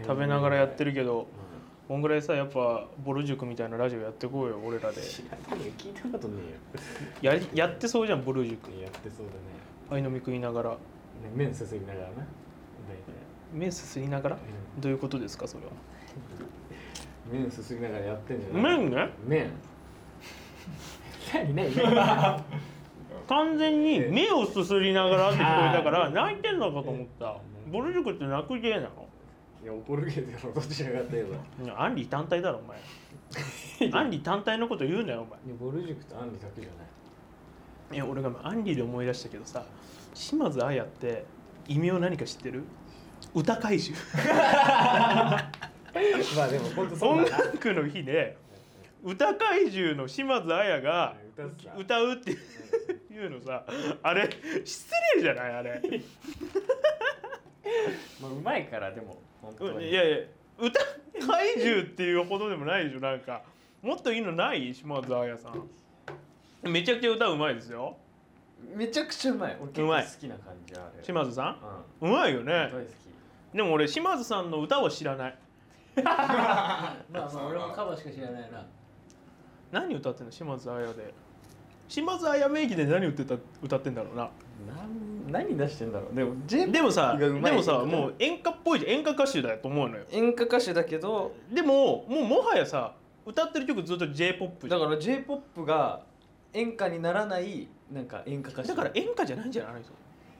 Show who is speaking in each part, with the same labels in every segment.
Speaker 1: 食べながらやってるけどこんぐらいさやっぱボル塾みたいなラジオやってこうよ俺らで
Speaker 2: 知らないよ聞いたことね
Speaker 1: やりやってそうじゃんボル塾
Speaker 2: えよやってそうだね
Speaker 1: パイ飲み食いながら
Speaker 2: ね麺すすりながらな
Speaker 1: 目すすりながら
Speaker 2: 大体
Speaker 1: どういうことですかそれは
Speaker 2: うん麺すすりながらやってんじゃない
Speaker 1: 麺ね
Speaker 2: 麺何何何
Speaker 1: 完全に目をすすりながらって聞こえたから泣いてんのかと思った
Speaker 2: え
Speaker 1: ボル塾って泣く芸ない
Speaker 2: や怒るけどやろどちらかといえば
Speaker 1: のアンリ単体だろお 前アンリ単体のこと言うなよお前
Speaker 2: いやぼる塾とあんりだけじゃない
Speaker 1: いや俺が今アンリで思い出したけどさ島津亜矢って異名何か知ってる歌怪獣
Speaker 2: まあでも本当そん
Speaker 1: 音
Speaker 2: な
Speaker 1: 楽の日で歌怪獣の島津亜矢が
Speaker 2: 歌っすな
Speaker 1: 歌うっていうのさあれ失礼じゃないあれ
Speaker 2: まあうまいからでも本当
Speaker 1: うん
Speaker 2: に
Speaker 1: いやいや歌怪獣っていうほどでもないでしょなんかもっといいのない島津亜矢さんめちゃくちゃ歌うまいですよ
Speaker 2: めちゃくちゃうまい俺結
Speaker 1: う
Speaker 2: 構
Speaker 1: まい
Speaker 2: 好きな感じあれ
Speaker 1: 島津さん
Speaker 2: うん
Speaker 1: うまいよ
Speaker 2: 大
Speaker 1: ね
Speaker 2: 好き
Speaker 1: でも俺島津さんの歌は知らない
Speaker 2: まあまあ俺もカバーしか知らないな
Speaker 1: 何歌ってんの島津綾で島津綾名義で何歌った歌ってんだろうな
Speaker 2: なん何出してんだろうでも J
Speaker 1: でもさで
Speaker 2: がうまい
Speaker 1: もさ
Speaker 2: うん
Speaker 1: もう演歌っぽいじゃん演歌歌手だと思うのよ
Speaker 2: 演歌歌手だけど
Speaker 1: でももうもはやさ歌ってる曲ずっと j p o p じゃ
Speaker 2: だ
Speaker 1: ん
Speaker 2: から j p o p が演歌にならないなんか演歌歌手
Speaker 1: だから演歌じゃないんじゃないの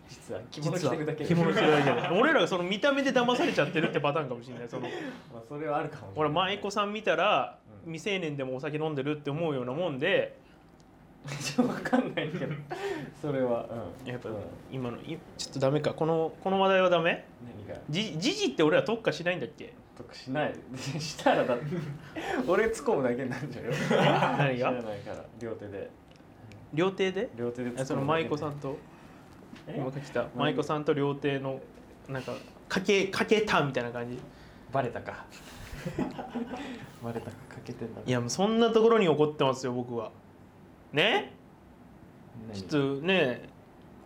Speaker 2: 実は着
Speaker 1: 実
Speaker 2: 物
Speaker 1: は
Speaker 2: 着てるだけ
Speaker 1: 着物 着てるだけで俺らがその見た目で騙されちゃってるってパターンかもしれないその
Speaker 2: まあそれはあるかも
Speaker 1: ほら舞
Speaker 2: 子
Speaker 1: 妓さん見たら
Speaker 2: うん
Speaker 1: 未成年でもお酒飲んでるって思うようなもんで
Speaker 2: わかんないけど それはうん
Speaker 1: やっぱ
Speaker 2: うん
Speaker 1: 今のいちょっとダメかこのこの話題はダメ
Speaker 2: 何が
Speaker 1: じじじって俺ら特化しないんだっけ
Speaker 2: 得しないしたらだって 俺突っ込むだけになるんじゃよ
Speaker 1: 何
Speaker 2: 知ら
Speaker 1: が
Speaker 2: ないから両手で
Speaker 1: 料亭で
Speaker 2: 両手で突っ込む
Speaker 1: えその舞妓さんと
Speaker 2: え
Speaker 1: 今来た舞妓さんと料亭のなんかかけかけたみたいな感じ
Speaker 2: バレたかバレたかかけてんだ
Speaker 1: いやもうそんなところに怒ってますよ僕はねちょっ
Speaker 2: っ
Speaker 1: とね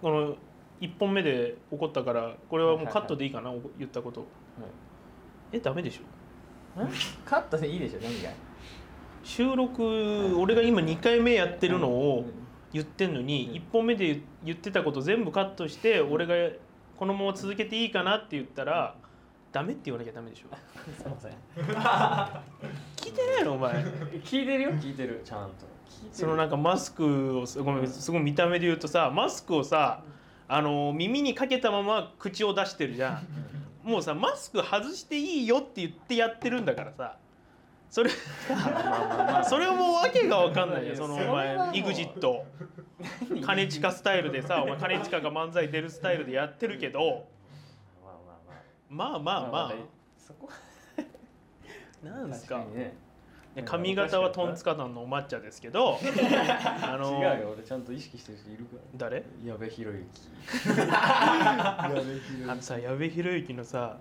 Speaker 1: この1本目で怒ったからこれはもうカットでいいかな、お言ったことえダメでしょ
Speaker 2: カットでいいでしょ何が
Speaker 1: 収録俺が今2回目やってるの
Speaker 2: う
Speaker 1: を
Speaker 2: ん
Speaker 1: 言ってんのに
Speaker 2: うん
Speaker 1: 1本目で言言ってたこと全部カットして俺がこのまま続けていいかなって言ったらダメって言わなきゃダメでしょ
Speaker 2: すいません
Speaker 1: 聞いてないのお前
Speaker 2: 聞いてるよ聞いてるちゃんと聞いてる
Speaker 1: そのなんかマスクをすごめんすごい見た目で言うとさマスクをさあの耳にかけたまま口を出してるじゃんもうさマスク外していいよって言ってやってるんだからさそれそれはもう訳が分かんないよそのお前
Speaker 2: それはもう
Speaker 1: EXIT 兼近スタイルでさお前兼近が漫才出るスタイルでやってるけど
Speaker 2: ま
Speaker 1: ま
Speaker 2: あまあまあ
Speaker 1: あまあま
Speaker 2: そこ
Speaker 1: あなんですか
Speaker 2: 確にね
Speaker 1: で髪型はトンツカタンのお抹茶ですけ どあ
Speaker 2: 違
Speaker 1: の
Speaker 2: うよ俺ちゃんと意識してる人いるか
Speaker 1: 誰
Speaker 2: ら矢部宏之矢部宏
Speaker 1: あのさ矢部浩之のさ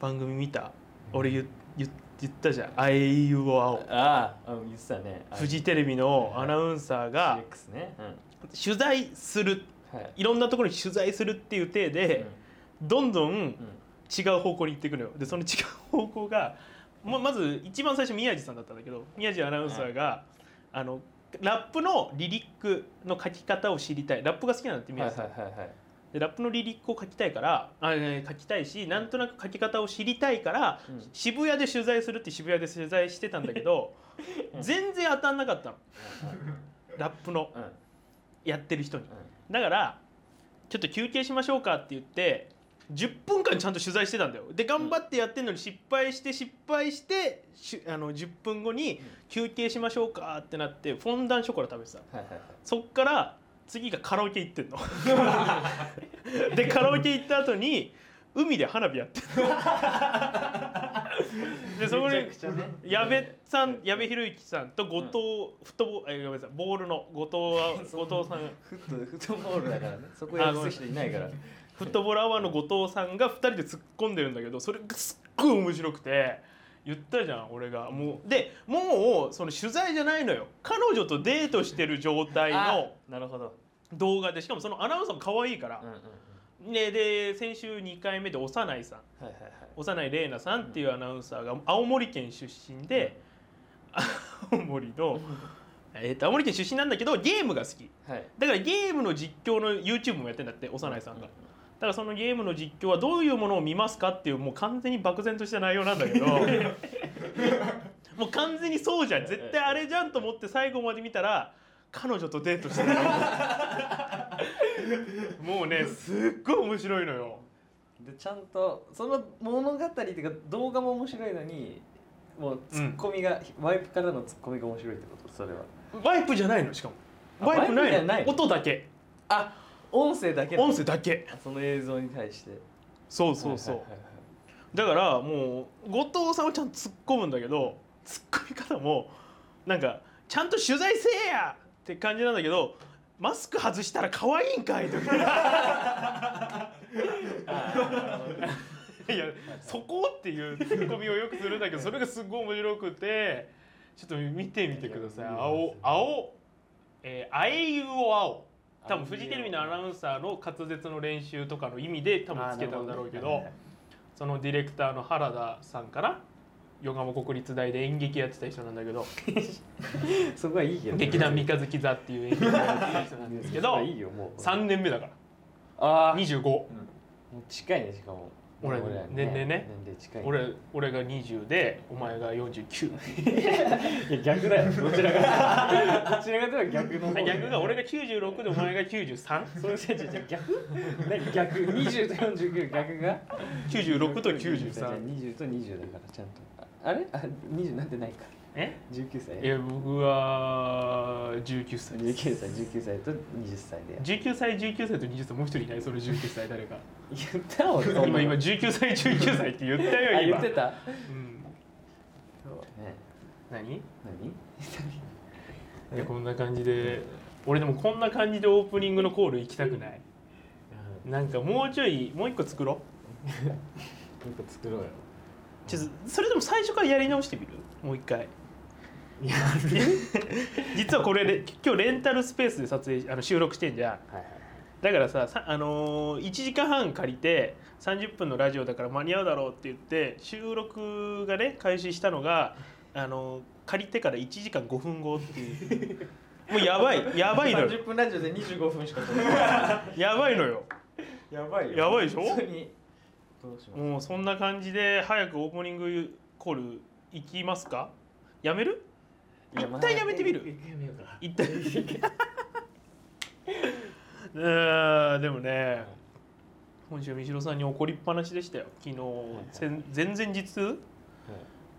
Speaker 1: 番組見た俺言言言ったじゃん「あえいうおあお
Speaker 2: ああうん言ってたね」
Speaker 1: フジテレビのアナウンサーが
Speaker 2: CX ねう
Speaker 1: 取材する
Speaker 2: んはい
Speaker 1: いろんなところに取材するっていう体でどんどん違う方向に行ってくのよでその違う方向がままず一番最初宮地さんだったんだけど宮地アナウンサーがあのラップのリリックの書き方を知りたいラップが好きなんだって
Speaker 2: はい
Speaker 1: 宮
Speaker 2: は
Speaker 1: 地
Speaker 2: い
Speaker 1: さん
Speaker 2: はいはい
Speaker 1: でラップのリリックを書きたいからあえー書きたいしなんとなく書き方を知りたいから、
Speaker 2: うん
Speaker 1: 渋谷で取材するって渋谷で取材してたんだけど全然当たんなかったのラップの
Speaker 2: うんうん
Speaker 1: やってる人にだからちょっと休憩しましょうかって言って10分間ちゃんと取材してたんだよで頑張ってやってんのに失敗して失敗してしあの10分後に休憩しましょうかってなってフォンダンショコラ食べてた
Speaker 2: はいはいはい
Speaker 1: そっから次がカラオケ行ってんの でカラオケ行った後に海で花火やってんのでそこ
Speaker 2: めち
Speaker 1: に
Speaker 2: ゃくちゃね
Speaker 1: 矢部さん矢部宏之さんと後藤フットボール、えごめんなさいボールの後 藤は後藤さん
Speaker 2: フットフットボールだからねそこやる人いないから
Speaker 1: フットボールアワーの後藤さんが2人で突っ込んでるんだけどそれがすっごい面白くて言ったじゃん俺がもうでもうその取材じゃないのよ彼女とデートしてる状態の
Speaker 2: なるほど
Speaker 1: 動画でしかもそのアナウンサーも可愛いから、
Speaker 2: うんうん
Speaker 1: でで先週2回目で幼いさん
Speaker 2: はいはいはい
Speaker 1: 幼い玲奈さんっていうアナウンサーが青森県出身で、青森の、えー、と青森県出身なんだけどゲームが好き
Speaker 2: はい
Speaker 1: だからゲームの実況の YouTube もやってんだって幼いさんが、だからそのゲームの実況はどういうものを見ますかっていうもう完全に漠然とした内容なんだ けどもう完全にそうじゃん絶対あれじゃんと思って最後まで見たら彼女とデートしてる もうねすっごい面白いのよ
Speaker 2: でちゃんとその物語っていうか動画も面白いのにもうツッコミが、ワイプからのツッコミが面白いってことそれは
Speaker 1: ワイプじゃないのしかも
Speaker 2: あ
Speaker 1: ワイプないの
Speaker 2: ワイプじゃないの
Speaker 1: 音だけ
Speaker 2: あ音声だけなの
Speaker 1: 音声だけ
Speaker 2: その映像に対して
Speaker 1: そうそうそう、
Speaker 2: はいはいはいはい
Speaker 1: だからもう後藤さんはちゃんと突っ込むんだけど突っ込み方もなんかちゃんと取材せえやって感じなんだけどマスク外したら可愛いんかいとかいやそこっていうツッコミをよくするんだけどそれがすっごい面白くてちょっと見てみてください
Speaker 2: いや
Speaker 1: 青青えーあえいうお青多分
Speaker 2: あ
Speaker 1: フジテレビのアナウンサーの滑舌の練習とかの意味で多分つけたんだろうけ
Speaker 2: あー
Speaker 1: ど
Speaker 2: なるほねはいはいはい
Speaker 1: そのディレクターの原田さんから横浜国立大で演劇やってた人なんだ けど
Speaker 2: そこはいいけどね
Speaker 1: 劇団三日月座っていう演劇をやってた人なんですけ
Speaker 2: そこ
Speaker 1: ど
Speaker 2: はいいよもう
Speaker 1: 3年目だから
Speaker 2: ああも
Speaker 1: 25
Speaker 2: う近いねしかも
Speaker 1: 俺
Speaker 2: ら
Speaker 1: 年齢ね
Speaker 2: 年齢近いね
Speaker 1: 俺俺が20でお前が49
Speaker 2: いや逆だよどちらかどちらかというと逆の方
Speaker 1: あ逆が俺が96でお前が 93?96
Speaker 2: それじゃじゃじゃ逆何逆20と49逆が
Speaker 1: と93
Speaker 2: 20と20だからちゃんとああれあ20なんてないか
Speaker 1: え
Speaker 2: 19歳
Speaker 1: いや僕は19歳です
Speaker 2: 19歳19歳と20歳で
Speaker 1: 19歳19歳と20歳もう一人いないそれ19歳誰か
Speaker 2: 言った俺そん
Speaker 1: 今
Speaker 2: な
Speaker 1: 今19歳19歳って言ったよ
Speaker 2: あ言
Speaker 1: 今
Speaker 2: ってた
Speaker 1: うん
Speaker 2: ね
Speaker 1: 何
Speaker 2: 何
Speaker 1: でこんな感じで俺でもこんな感じでオープニングのコール行きたくないなんかもうちょいもう一個作ろう
Speaker 2: なんか作ろうよ
Speaker 1: ちょっとそれでも最初からやり直してみるもう一回
Speaker 2: いや
Speaker 1: 実はこれで今日レンタルスペースで撮影あの収録してんじゃん
Speaker 2: はいはい
Speaker 1: だからささ、あのー、1時間半借りて30分のラジオだから間に合うだろうって言って収録がね開始したのが、あのー借りてから1時間5分後っていうもうやばいやばいのよ
Speaker 2: 30分ラジオで25分しか撮れない
Speaker 1: やばいのよ
Speaker 2: やばいよ
Speaker 1: やばいでしょ
Speaker 2: 本当にどうします
Speaker 1: もうそんな感じで早くオープニングコールいきますかやめる
Speaker 2: い
Speaker 1: 一旦やめてみる
Speaker 2: 一回やめようか
Speaker 1: 一旦うーんでもね今週三代さんに怒りっぱなしでしたよ昨日先前々日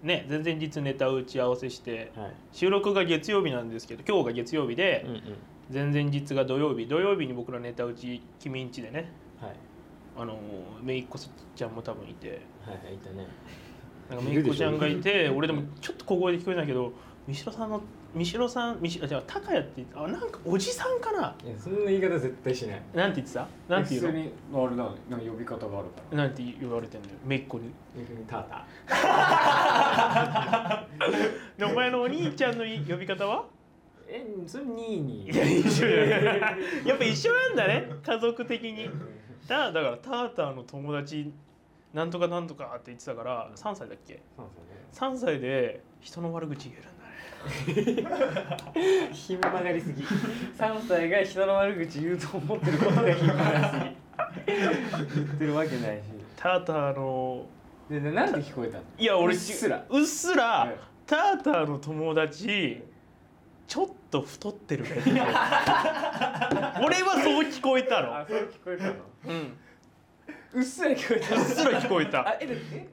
Speaker 1: ね前々日ネタ打ち合わせして
Speaker 2: はい
Speaker 1: 収録が月曜日なんですけど今日が月曜日で
Speaker 2: うんうん
Speaker 1: 前々日が土曜日土曜日に僕らネタ打ち君んちでね
Speaker 2: はい
Speaker 1: あのめいっ子ちゃんも多分いて
Speaker 2: はいはいいたね
Speaker 1: なんかめいっ子ちゃんがいて俺でもちょっと小声で聞こえないけど三代さんの三代さん三代あじゃあ高谷って言ってあなんかおじさんかない
Speaker 3: やそんな言い方絶対しない
Speaker 1: なんて言ってたなんて言うの
Speaker 3: 普通にあれだなんか呼び方があるから
Speaker 1: なんて言われてんのよめいっ子に
Speaker 3: 逆にタータ
Speaker 1: でお前のお兄ちゃんの呼び方は
Speaker 3: えそれニーニ
Speaker 1: いや一緒や やっぱ一緒なんだね家族的にだだからターターの友達なんとかなんとかって言ってたから3歳だっけ
Speaker 3: そう
Speaker 1: 3歳で人の悪口言えるんだね
Speaker 2: ひん曲がりすぎ3歳が人の悪口言うと思ってることがひん曲がりすぎ言ってるわけないし
Speaker 1: ターターの
Speaker 3: ですねででなんで聞こえたの
Speaker 1: いや俺
Speaker 3: うっすら
Speaker 1: うっす
Speaker 3: う
Speaker 1: ら
Speaker 3: ん
Speaker 1: ターターの友達ちょっと太ってるね 俺はそう聞こえたの
Speaker 2: あ、それ聞こえたの
Speaker 1: うん、
Speaker 2: うっすら聞こえた
Speaker 1: うっすら聞こえた
Speaker 2: あえでえ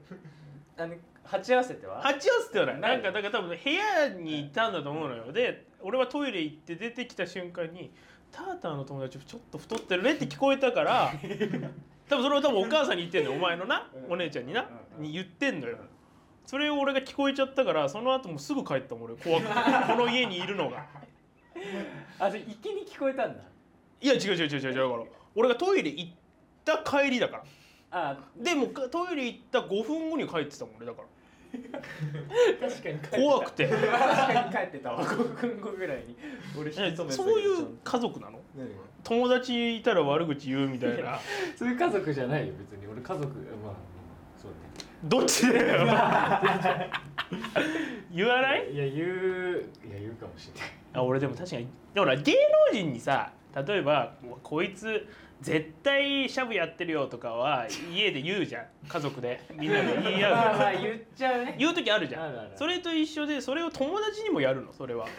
Speaker 2: あの鉢合わせては
Speaker 1: 鉢合わせてはない
Speaker 2: な
Speaker 1: ないんかだから多分部屋にいたんだと思うのよで俺はトイレ行って出てきた瞬間にターターの友達ちょっと太ってるねって聞こえたから多分それを多分お母さんに言ってんのよお前のな
Speaker 3: うん
Speaker 1: お姉ちゃんにな
Speaker 3: うん
Speaker 1: に言ってんのよそれを俺が聞こえちゃったからその後もうすぐ帰ったもん俺怖くてこの家にいるのが
Speaker 2: あそれ池に聞こえたんだ
Speaker 1: いや違う違う違う違うだから俺がトイレ行った帰りだから
Speaker 2: あ
Speaker 1: でもうかトイレ行った5分後に帰ってたもん俺だから
Speaker 4: 確かに帰ってた
Speaker 1: 怖くて
Speaker 4: 確かに帰ってたわ5分後ぐらいに俺引き止めてたけど
Speaker 1: そういう家族なの
Speaker 4: 何が
Speaker 1: 友達いたら悪口言うみたいな
Speaker 4: そういう家族じゃないよ別に俺家族まあそうね
Speaker 1: どっちだよ言わない
Speaker 4: いや言ういや言うかもしれない
Speaker 1: あ俺でも確かにほら芸能人にさ例えばうわこいつ絶対シャブやってるよとかは家で言うじゃん家族でみんなで 言い
Speaker 4: まあま
Speaker 1: 合う
Speaker 4: あ言っちゃうね
Speaker 1: 言う時あるじ
Speaker 4: あ
Speaker 1: ゃん
Speaker 4: るある
Speaker 1: それと一緒でそれを友達にもやるのそれはい
Speaker 4: や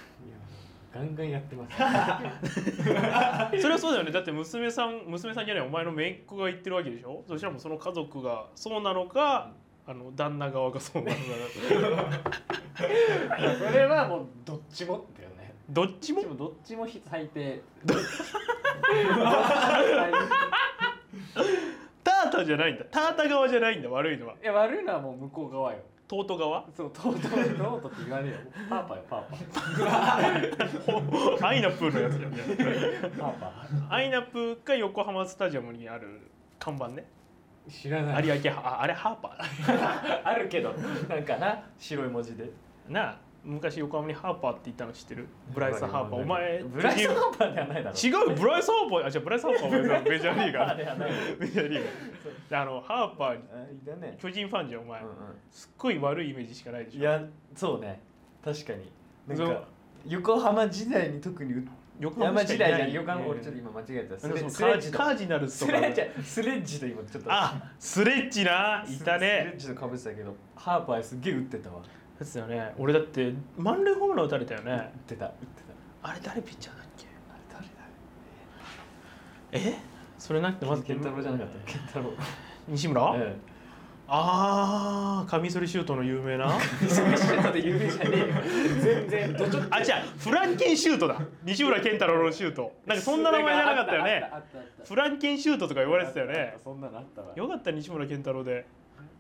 Speaker 4: ガンガンやって ます、ね、
Speaker 1: それはそうだよねだって娘さん娘さんじゃないお前の姪っ子が言ってるわけでしょそしたらもうその家族がそうなのかあの旦那側がそうなのか
Speaker 4: それはもうどっちもだよね
Speaker 1: どっちも
Speaker 3: でもどっちもひ最 低
Speaker 1: タータじゃないんだタータ側じゃないんだ悪いのはい
Speaker 4: や悪いのはもう向こう側よ
Speaker 1: 弟側
Speaker 4: そうとうとうとうとうって言わねえよパーパよパー
Speaker 1: アイナプーのやつじゃん
Speaker 4: パパーパ
Speaker 1: アイナップが横浜スタジアムにある看板ね。
Speaker 4: 知らない
Speaker 1: 有明ハああれハーパーだ。
Speaker 3: あるけどなんかな白い文字で
Speaker 1: なあ昔横浜にハーパーって言ったの知ってる？ブライスハーパー。お前
Speaker 3: ブライスハーパーではないだろ
Speaker 1: 違うブライスハーパーあじゃあブライスハーパー はメジャーリーガ
Speaker 3: ハ
Speaker 1: ー
Speaker 3: ーパーではないだろ
Speaker 1: メジャーリーガー。あのハーパー
Speaker 3: あいだね、
Speaker 1: 巨人ファンじゃんお前
Speaker 3: う。ん
Speaker 1: すっごい悪いイメージしかないで
Speaker 3: うん、
Speaker 1: し
Speaker 3: い
Speaker 1: ょ。
Speaker 3: やそうね確かになん
Speaker 1: そう
Speaker 3: か横浜時代に特にう
Speaker 1: 横
Speaker 3: 山
Speaker 1: し
Speaker 3: 時
Speaker 1: かい
Speaker 3: 代
Speaker 1: な
Speaker 3: じゃ
Speaker 1: い
Speaker 3: ん横浜
Speaker 1: うん
Speaker 3: 俺ちょっと今間違えたス
Speaker 1: なんか
Speaker 3: レ
Speaker 1: その
Speaker 3: ス
Speaker 1: カ
Speaker 3: レッ
Speaker 1: ー
Speaker 3: ジ
Speaker 1: ジ
Speaker 3: と
Speaker 1: カージナルス
Speaker 3: ス
Speaker 1: と
Speaker 3: レ
Speaker 1: か
Speaker 3: ッジスレッジと今ちょっと
Speaker 1: あスレッジないた
Speaker 3: スレ
Speaker 1: ね
Speaker 3: ッ。ジとかぶってたけどハーパーすげえ打ってたわ
Speaker 1: ですよね。俺だって満塁ホームラン打たれたよ
Speaker 3: 打っ
Speaker 1: ね。
Speaker 3: てた打ってた
Speaker 1: あれ誰ピッチャーだっけ？
Speaker 3: あれ誰だ
Speaker 1: えそれなくてまず
Speaker 3: ケンタロウじゃなかったケンタロウ
Speaker 1: 西村、
Speaker 3: え
Speaker 1: ああカミソリシュートの有名 な
Speaker 3: え忙しいって有名じゃねえよ全然どちょっと
Speaker 1: あじゃフランケンシュートだ西村健太郎のシュートなんかそんな名前じゃなかったよね
Speaker 3: あったあったあった
Speaker 1: フランケンシュートとか言われてたよね
Speaker 3: そんなのあったわ
Speaker 1: よかった西村健太郎で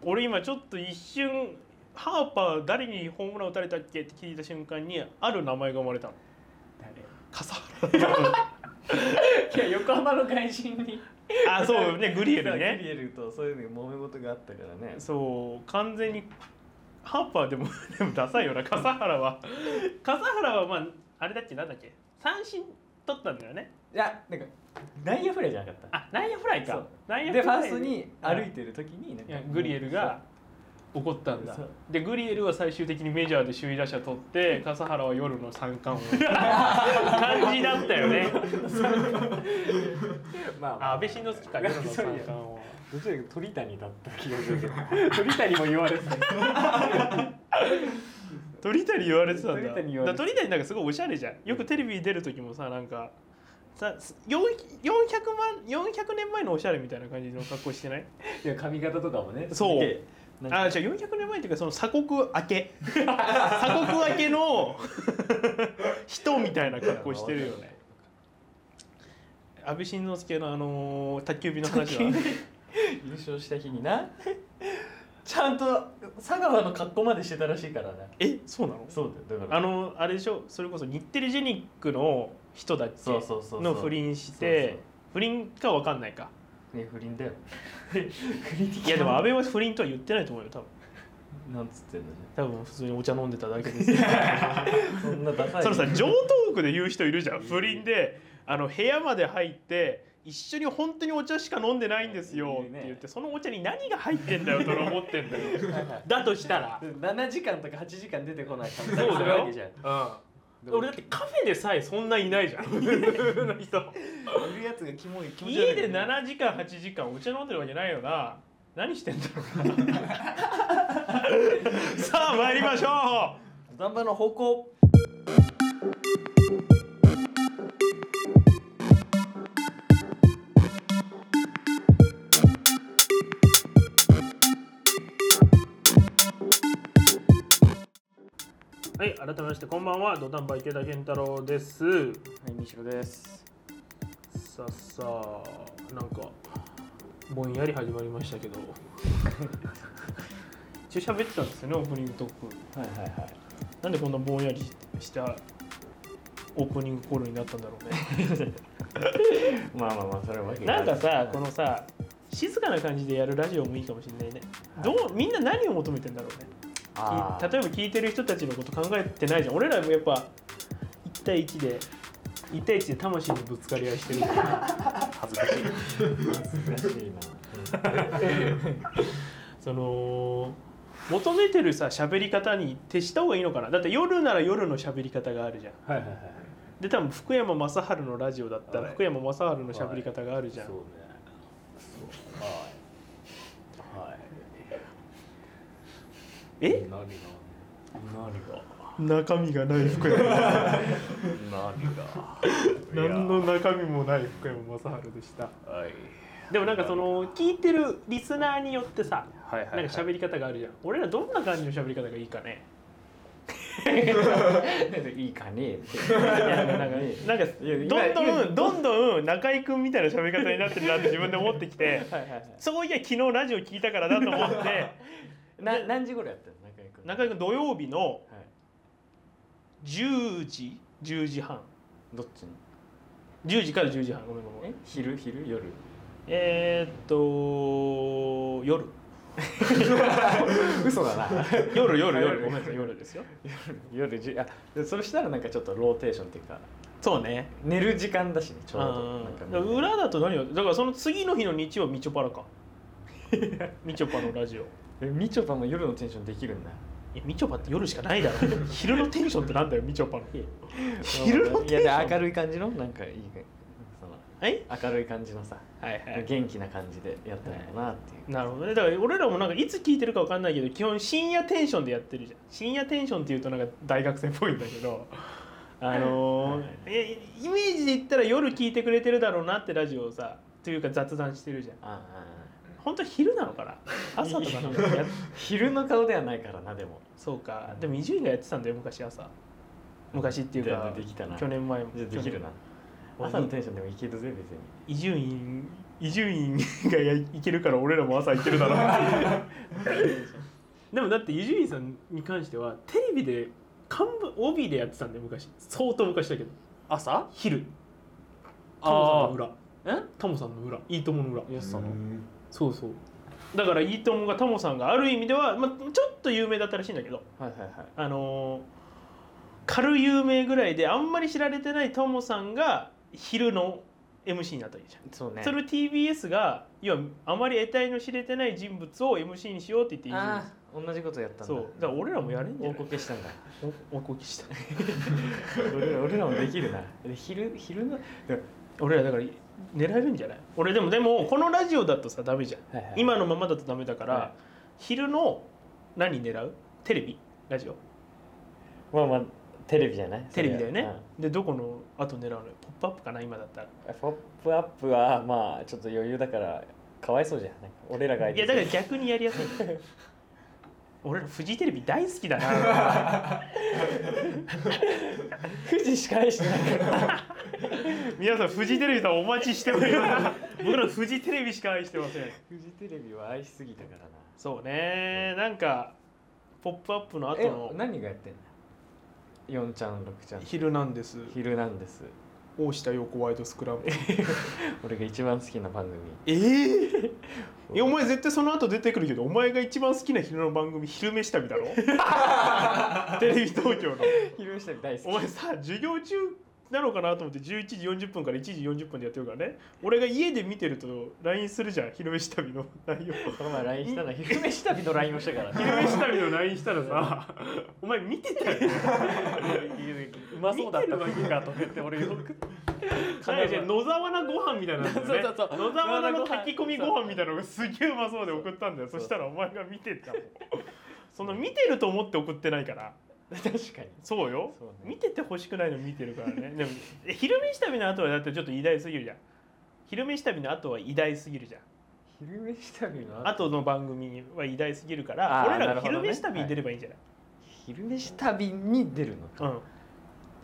Speaker 1: 俺今ちょっと一瞬ハーパー誰にホームラン打たれたっけって聞いた瞬間にある名前が生まれたの笠原
Speaker 4: いや横浜の外人に
Speaker 1: あそうねグリエルね
Speaker 3: グリエルとそういうの揉め事があったからね
Speaker 1: そう完全にハーパーでも でもダサいよな笠原は笠原はまああれだっけなんだっけ三振取ったんだよね
Speaker 3: いやなんか内野フライじゃなかった
Speaker 1: あ内野フライ
Speaker 3: そ
Speaker 1: か
Speaker 3: う
Speaker 1: 内野
Speaker 3: でファー
Speaker 1: ライ
Speaker 3: ストに歩いてる時になん
Speaker 1: い
Speaker 3: か
Speaker 1: やグリエルが怒ったんだ
Speaker 3: そう
Speaker 1: でグリエルは最終的にメジャーで首位打者取って笠原は夜の三冠 王感じだったよね
Speaker 4: まあ、ま
Speaker 1: あ安倍晋之助か夜の
Speaker 4: そ
Speaker 1: 三
Speaker 4: う
Speaker 1: 冠
Speaker 4: や
Speaker 1: 王
Speaker 4: どちらかというと鳥谷だった気がするけど鳥谷も言われてた
Speaker 1: 鳥谷言われてたんだ
Speaker 4: 鳥谷言われてた
Speaker 1: だから鳥谷なんかすごいおしゃれじゃんよくテレビに出る時もさなんかさよん400万400年前のおしゃれみたいな感じの格好してない
Speaker 4: いや髪型とかもね
Speaker 1: そう
Speaker 4: すげえなんか
Speaker 1: あじゃあ400年前っていうかその鎖国明 け鎖国明け の人みたいな格好してるよね安倍晋之助のあのー宅急便の話は
Speaker 3: 優勝した日になちゃんと佐川の格好までしてたらしいからな
Speaker 1: えそうなの
Speaker 3: そうだよだから
Speaker 1: あのあれでしょそれこそ日テレジェニックの人だっけ
Speaker 3: そうそうそうそう
Speaker 1: の不倫して不倫かわかんないか
Speaker 3: ね不倫だよ
Speaker 1: いやでも安倍は不倫とは言ってないと思うよ多分
Speaker 3: なんつってんのね
Speaker 1: 多分普通にお茶飲んでただけ ですよ
Speaker 3: そんなダサい
Speaker 1: そのさ上トークで言う人いるじゃん不倫であの部屋まで入って一緒に本当にお茶しか飲んでないんですよって言ってそのお茶に何が入ってんだよと俺思ってんだよ だとしたら
Speaker 3: 7時間とか8時間出てこないそ
Speaker 1: そ
Speaker 3: う
Speaker 1: うだよ
Speaker 3: わけじゃん
Speaker 1: うん俺だってカフェでさえそんないないじゃん普通の人
Speaker 3: いるやつがキモい気持ち悪い
Speaker 1: 家で7時間8時間お茶飲んでるわけないよな何してんだろう なさあ参りましょう
Speaker 3: 段場の方向
Speaker 1: はい、改めましてこんばんは、土壇場池田健太郎です。
Speaker 3: はい西野です
Speaker 1: さあさあ、なんかぼんやり始まりましたけど、一応喋ってたんですよね、オープニングトーク。
Speaker 3: はいはいはい
Speaker 1: なんでこんなぼんやりしたオープニングコールになったんだろうね。
Speaker 3: まあまあまあそれはわけがあ
Speaker 1: な
Speaker 3: る
Speaker 1: んかさ、このさ、静かな感じでやるラジオもいいかもしれないね。どうみんな何を求めてんだろうね。
Speaker 5: あー
Speaker 1: 例えば聞いてる人たちのこと考えてないじゃん俺らもやっぱ1対1で1対1で魂のぶつかり合いしてるから
Speaker 2: 恥ずかしい
Speaker 5: 難しいな、
Speaker 1: その求めてるさ喋り方に徹した方がいいのかなだって夜なら夜の喋り方があるじゃん
Speaker 5: はいはいはい
Speaker 1: で多分福山雅治のラジオだった
Speaker 2: は
Speaker 1: ら
Speaker 2: い
Speaker 1: 福山雅治の喋り方があるじゃん、
Speaker 5: そうねそうはいはい
Speaker 1: え
Speaker 5: 何が何が
Speaker 1: 中身がない福山
Speaker 5: 何が
Speaker 1: 何の中身もない福山雅治でした
Speaker 5: はい
Speaker 1: でもなんかその聞いてるリスナーによってさ
Speaker 5: はいはい
Speaker 1: なんか喋り方があるじゃん俺らどんな感じの喋り方がいいかね
Speaker 3: いいかね
Speaker 1: なんか なんか
Speaker 3: いや今
Speaker 1: どんどん
Speaker 3: 今
Speaker 1: どんどん中居君みたいな喋り方になってるなって自分で思ってきてそういや昨日ラジオ聞いたからだと思って
Speaker 3: な何時頃やったの中居
Speaker 1: 中居君
Speaker 3: 君
Speaker 1: 土曜日の
Speaker 3: はい
Speaker 1: 10時10時半
Speaker 3: どっちの
Speaker 1: 10時から10時半ごめんごめん
Speaker 3: え昼昼夜
Speaker 1: えー、っと 夜
Speaker 3: 嘘だな
Speaker 1: 夜夜
Speaker 3: あ
Speaker 1: 夜
Speaker 3: 夜
Speaker 1: ごめんなさい夜ですよ
Speaker 3: 夜じあでそれしたらなんかちょっとローテーションっていうか
Speaker 1: そうね
Speaker 3: 寝る時間だしねちょう
Speaker 1: うん
Speaker 3: どなんか
Speaker 1: 裏だと何をだからその次の日の日曜みちょぱらか みちょぱのラジオ
Speaker 3: えみちょぱも夜のテンションできるんだ
Speaker 1: いやみちょぱって夜しかないだろ昼のテンションってなんだよみちょぱの 昼のテンション
Speaker 3: いやで明るい感じのなんかいいその
Speaker 1: はい
Speaker 3: 明るい感じのさ
Speaker 1: はい
Speaker 3: 元気な感じでやったのかなっていう、
Speaker 1: なるほどねだから俺らもなんかいつ聞いてるかわかんないけど基本深夜テンションでやってるじゃん深夜テンションっていうとなんか大学生っぽいんだけど あのー
Speaker 3: はい
Speaker 1: えイメージで言ったら夜聞いてくれてるだろうなってラジオをさというか雑談してるじゃん
Speaker 3: あ
Speaker 1: 本当は昼なのかな朝とかなのか なやっ
Speaker 3: あ昼の顔ではないからなでも
Speaker 1: そうかでも伊集院がやってたんだよ昔朝昔っていうか
Speaker 3: でできたな
Speaker 1: 去年前も
Speaker 3: じゃあできるな
Speaker 1: 去年
Speaker 3: 朝のテンションでもいけるぜ別
Speaker 1: 伊
Speaker 3: に
Speaker 1: 集院伊集院がやいけるから俺らも朝行けるだろう でもだって伊集院さんに関してはテレビで幹部帯でやってたんで昔相当昔だけど
Speaker 2: 朝
Speaker 1: 昼タ
Speaker 2: あ
Speaker 1: モさん
Speaker 2: ー
Speaker 1: の裏えタモさんの裏いいともの裏
Speaker 2: よしさんの
Speaker 1: そうそうだからいいともがタモさんがある意味では、まあ、ちょっと有名だったらしいんだけど
Speaker 3: はいはいはい
Speaker 1: あのー軽有名ぐらいであんまり知られてないタモさんが昼の MC になったわけじゃん
Speaker 3: そうね
Speaker 1: それを TBS が要はあまり得体の知れてない人物を MC にしようって言っていい
Speaker 3: ああ同じことやったんだ
Speaker 1: そうだから俺らもやれんじゃ
Speaker 3: 大
Speaker 1: ない
Speaker 3: こけしたんだ
Speaker 1: おおこきした
Speaker 3: 俺ら俺らもできるな で昼昼の、
Speaker 1: 俺らだから狙えるんじゃない俺でもでもこのラジオだとさダメじゃん
Speaker 3: はいはい
Speaker 1: 今のままだとダメだから、
Speaker 3: はい
Speaker 1: 昼の何狙うテレビラジオ
Speaker 3: まあまあテレビじゃない
Speaker 1: テレビだよ
Speaker 3: そ
Speaker 1: ね
Speaker 3: れはうん、
Speaker 1: でどこのあと狙うのよポップアップかな今だったら
Speaker 3: ポップアップはまあちょっと余裕だからかわいそうじゃんなんか俺らが相
Speaker 1: い
Speaker 3: 手
Speaker 1: やだから 逆にやりやすい俺らフジテレビ大好きだな
Speaker 3: 富士しか愛してないから
Speaker 1: 皆さんフジテレビさんお待ちしております 僕らフジテレビしか愛してません
Speaker 3: 富士テレビは愛しすぎたからな
Speaker 1: そうねなんか「ポップアップの後の
Speaker 3: え何がやってんの四ちゃん六ちゃん
Speaker 1: 「昼なんです
Speaker 3: 昼なんです
Speaker 1: 大下陽子ワイドスクランブル」
Speaker 3: 俺が一番好きな番組
Speaker 1: えー、えお前絶対その後出てくるけどお前が一番好きな昼の番組「昼めし旅」だ ろテレビ東京の
Speaker 3: 昼下大好
Speaker 1: お前さ授業中なのかなと思って11時40分から1時40分でやってるからね俺が家で見てると LINE するじゃん「昼めし旅」の内容
Speaker 3: この前 LINE したら昼飯旅の LINE をしたから
Speaker 1: 昼飯旅の LINE したら さお前見てたよ
Speaker 3: うまそうだったわけかと思って俺よ
Speaker 1: な
Speaker 3: く
Speaker 1: んかね野沢菜ご飯みたいなのあるんだよね
Speaker 3: そうそうそう
Speaker 1: 野沢菜の炊き込みご飯みたいなのがすげえうまそうで送ったんだよそしたらお前が見てたもんその見てると思って送ってないから
Speaker 3: 確かに
Speaker 1: そうよ
Speaker 3: そうね
Speaker 1: 見てて欲しくないの見てるからねでもえ昼飯旅の後はだってちょっと偉大すぎるじゃん昼飯旅の後は偉大すぎるじゃん
Speaker 3: 昼飯旅の後
Speaker 1: 後の番組は偉大すぎるか
Speaker 3: あ
Speaker 1: ら
Speaker 3: ー
Speaker 1: 俺ら
Speaker 3: な
Speaker 1: が
Speaker 3: るほど
Speaker 1: 昼
Speaker 3: ね
Speaker 1: 飯旅に出ればいいんじゃない
Speaker 3: 昼飯旅に出るのか
Speaker 1: うん好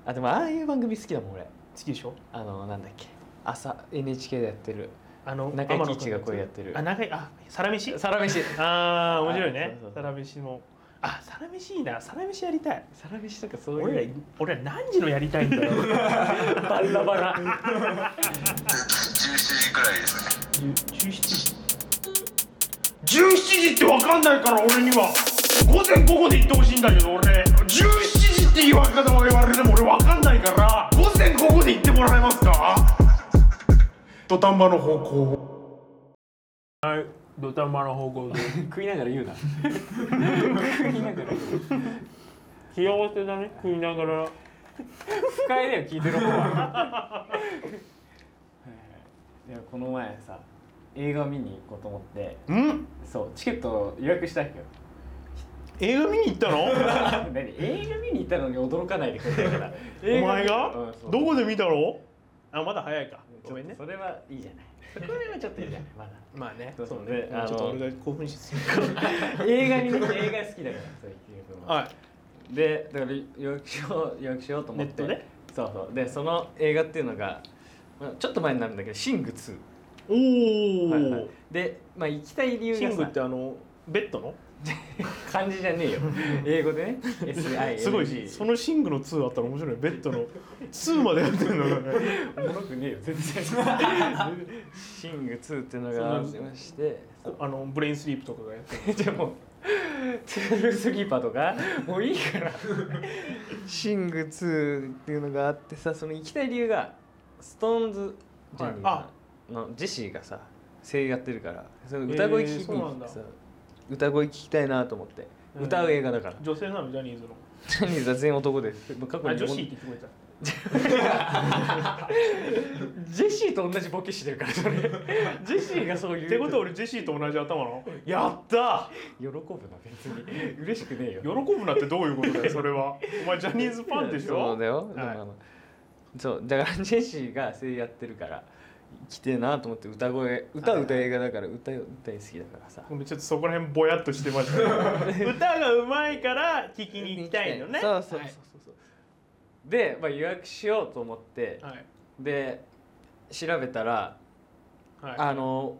Speaker 3: あでもああいう番組好きだもん俺
Speaker 1: きでしょ
Speaker 3: あのなんだっけ朝 NHK でやってる
Speaker 1: あの
Speaker 3: 中井
Speaker 1: 天野
Speaker 3: 貴一がこうやってる
Speaker 1: あ中井あサラメシ
Speaker 3: サラメシ
Speaker 1: ああ面白い
Speaker 3: はい
Speaker 1: ね
Speaker 3: そうそうそう
Speaker 1: サラメシもあサラメシいいなサラメシやりたい
Speaker 3: サラメシとかそういう
Speaker 1: 俺ら俺ら何時のやりたいんだろう
Speaker 3: バラバ ラ
Speaker 6: 17時くらいですね
Speaker 1: 17時17時って分かんないから俺には
Speaker 6: 午前午後で行ってほしいんだけど俺17時って言われ方も言われても俺わかんないから午前午後で行ってもらえますか土壇場の方向
Speaker 1: 土壇場の方向で
Speaker 4: 食いながら言うな食いながら言う
Speaker 1: 幸せだね食いながら
Speaker 4: 不快だよ聞いてる方は
Speaker 3: いやこの前さ映画見に行こうと思って
Speaker 1: うん
Speaker 3: そうチケットを予約したんよ
Speaker 1: 映画見に行ったの
Speaker 3: 何映画見に行ったのに驚かないでくれたから
Speaker 1: お前
Speaker 3: う
Speaker 1: が
Speaker 3: んそう
Speaker 1: どこで見たのあまだ早いかごめんね
Speaker 3: それはいいじゃないそれはちょっといいじゃないまだ
Speaker 1: まあね
Speaker 3: そうそう
Speaker 1: ね
Speaker 3: で
Speaker 1: ちょ
Speaker 3: あの
Speaker 1: っと俺が興奮しすぎ
Speaker 3: 映画に映画好きだからそういうのは
Speaker 1: はい
Speaker 3: でだから予約しよう予約しようと思って
Speaker 1: ネットで
Speaker 3: そうそうでその映画っていうのが、まあ、ちょっと前になるんだけど「シング2
Speaker 1: おお、」
Speaker 3: はいはい、で、まあ、行きたい理由
Speaker 1: シ
Speaker 3: が
Speaker 1: ングっ
Speaker 3: さ
Speaker 1: てあのベッドの
Speaker 3: 漢字じゃねえ よ英語でね SING
Speaker 1: すごいそのシングの2あったら面白いねベッド の2までやってるのがね
Speaker 3: おもろくねえよ全然 シング2っていうのがありまして
Speaker 1: あのブレインスリープとかがやってる
Speaker 3: じゃあもうトゥルースリーパーとかもういいからシング2っていうのがあってさその行きたい理由がストーンズジャニー
Speaker 1: はい
Speaker 3: のジェシーがさ声優やってるからその歌声聞き
Speaker 1: えーそう
Speaker 3: に
Speaker 1: なんだ
Speaker 3: さ歌声聞きたいなと思って
Speaker 1: うん
Speaker 3: 歌う映画だから
Speaker 1: 女性なのジャニーズの
Speaker 3: ジャニーズは全員男ですもう過去
Speaker 1: あ
Speaker 3: に
Speaker 1: 女子って聞こえた
Speaker 3: ジェシーと同じボケしてるからそれジェシーがそういう
Speaker 1: ってことは俺ジェシーと同じ頭なの
Speaker 3: やっ
Speaker 1: だ
Speaker 3: 喜ぶな別に嬉しくねえよ
Speaker 1: 喜ぶなってどういうことだよそれはお前ジャニーズファンでしょ
Speaker 3: そうだよ、
Speaker 1: い
Speaker 3: でもあのそうだからジェシーが声優やってるから来てえなと思って歌声歌う歌映画だから歌う歌い好きだからさ
Speaker 1: ごめんちょっとそこら辺ぼやっとしてましたけど 歌がうまいから聴きに行きたいのね
Speaker 3: そうそうそう
Speaker 1: はい
Speaker 3: そうそう、で、まあ、予約しようと思って、
Speaker 1: はい
Speaker 3: で調べたら、
Speaker 1: はい
Speaker 3: あの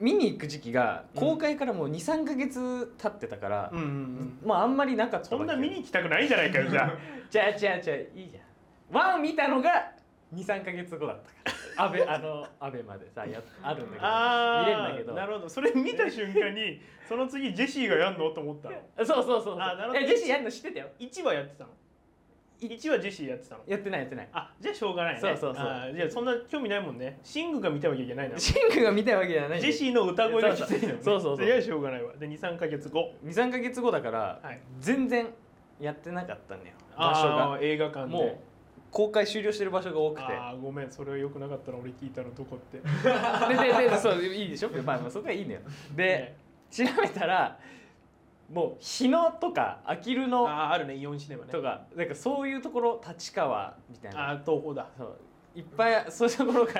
Speaker 3: 見に行く時期が公開からもう23か月経ってたから、
Speaker 1: うんうんうん
Speaker 3: まああんまりなかった
Speaker 1: そ
Speaker 3: わけ
Speaker 1: ん
Speaker 3: よ
Speaker 1: な見に行きたくないんじゃないかよじゃ
Speaker 3: じゃあじゃあじゃあいいじゃんワン見たのが23か月後だったからアベあのアベまでさや あるんだけど
Speaker 1: ああー
Speaker 3: 見れるんだけど
Speaker 1: なるほどそれ見た瞬間 にその次ジェシーがやんのと思ったの
Speaker 3: そうそうそうそう
Speaker 1: あーなるほど
Speaker 3: えジェシーやるの知ってたよ
Speaker 1: 1話やってたの1話ジェシーやってたの
Speaker 3: やってないやってない
Speaker 1: あじゃあしょうがないね
Speaker 3: そうそうそう
Speaker 1: あーじゃあそんな興味ないもんねシングが見たわけじゃないなジ
Speaker 3: シングが見たいわけじゃない
Speaker 1: ェシーの歌声が聞きたいのね
Speaker 3: そうそうそうそう
Speaker 1: じゃあしょうがないわで23か月後
Speaker 3: 23か月後だから、
Speaker 1: はい
Speaker 3: 全然やってなかったんだよ場
Speaker 1: あ
Speaker 3: 所
Speaker 1: ー映画館
Speaker 3: が
Speaker 1: で
Speaker 3: もう公開終了してる場所が多くて
Speaker 1: ああごめんそれはよくなかったら俺聞いたのどこって
Speaker 3: でででそういいでしょ、まあ、まあそこはいいのよで、調べたらもう日野とかあきるの
Speaker 1: あああるねイオンシネマね
Speaker 3: とかなんかそういうところ立川みたいな
Speaker 1: ああ東宝だ
Speaker 3: そういっぱいそういうところ が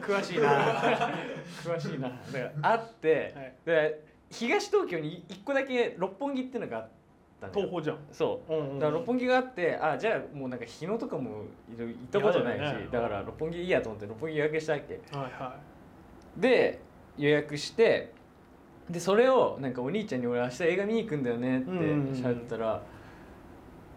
Speaker 3: 詳しい な詳しいなだからあって、
Speaker 1: はい
Speaker 3: で東東京に一個だけ六本木っていうのがあったの
Speaker 1: 東
Speaker 3: よ
Speaker 1: 宝じゃん
Speaker 3: そううんだから六本木があってあじゃあもうなんか日野とかもいろいろ行ったことないし
Speaker 1: いや
Speaker 3: だ,、
Speaker 1: だよね
Speaker 3: から六本木いいやと思って六本木予約したっけ
Speaker 1: はいは
Speaker 3: で予約してでそれをなんかお兄ちゃんに「俺明日映画見に行くんだよね」って
Speaker 1: うんうんうん
Speaker 3: しゃったら「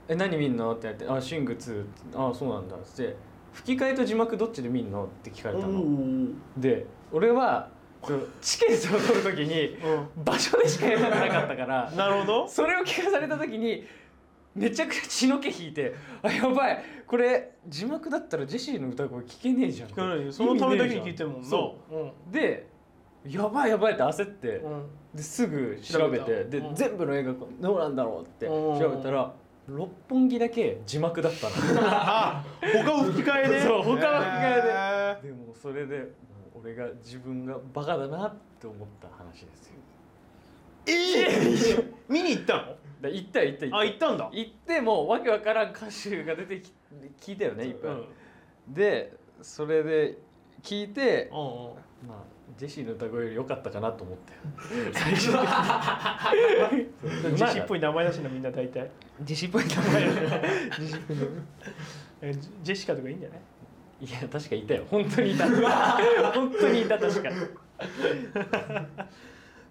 Speaker 3: え何見んの?」って言われて「あシング2」って「あそうなんだ」っつって「吹き替えと字幕どっちで見んの?」って聞か
Speaker 1: い
Speaker 3: れたの。
Speaker 1: ん
Speaker 3: で俺はそのチケットを取る時に場所でしか選べなかったから
Speaker 1: なるほど
Speaker 3: それを聞かされた時にめちゃくちゃ血の気引いて「あやばいこれ字幕だったらジェシーの歌声聞けねえじゃん」
Speaker 1: 聞かないよそのためだけに聞いてるもんな、
Speaker 3: そう
Speaker 1: うん
Speaker 3: でやばいやばいって焦って
Speaker 1: うん、
Speaker 3: ですぐ調べ
Speaker 1: 調べ
Speaker 3: て
Speaker 1: た
Speaker 3: で、
Speaker 1: うん
Speaker 3: 全部の映画どうなんだろうって
Speaker 1: うん
Speaker 3: 調べたら六本木だけ字幕だったの
Speaker 1: あ他を吹き替えで
Speaker 3: そう他は吹き
Speaker 1: 替え
Speaker 3: でもそれでもう俺が自分がバカだなって思った話ですよ
Speaker 1: ええ見に行ったの
Speaker 3: だ行ったよ行った行
Speaker 1: あ
Speaker 3: っ
Speaker 1: 行ったんだ
Speaker 3: た、行ってもうわけわからん歌手が出てき聞いたよねいっ
Speaker 1: う
Speaker 3: ぱい、
Speaker 1: んうん
Speaker 3: でそれで聞いて
Speaker 1: うん
Speaker 3: まあジェシーの歌声より良かったかなと思ったよ最初は
Speaker 1: ジェシーっぽい名前だしなみんな大体
Speaker 3: ジェシーっぽい名前だね
Speaker 1: えジジェシカとかいいんじゃない
Speaker 3: いや確かいたよ本当にいた 本当にいた確か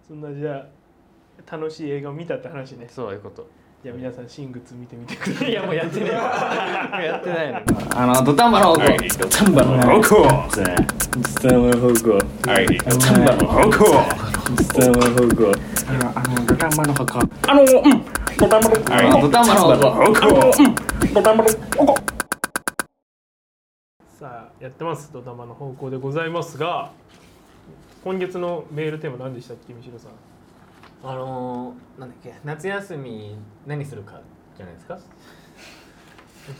Speaker 1: そんなじゃあ楽しい映画を見たって話ね
Speaker 3: そういうこと
Speaker 1: じゃあ皆さんシングツ見てみてください
Speaker 3: いやもうやってねえも うやってないのに
Speaker 4: あの土壇場の方向土壇場の方向土壇場の方向あの、あの、ドタンマの墓。あの、うん、ドタンマの墓。
Speaker 7: ドタマの
Speaker 4: あの、うん、ドタンマの墓。
Speaker 1: さあやってますドタマの方向でございますが今月のメールテーマ何でしたっけ三代さん
Speaker 3: あのー、なんだっけ夏休み何するかじゃないですか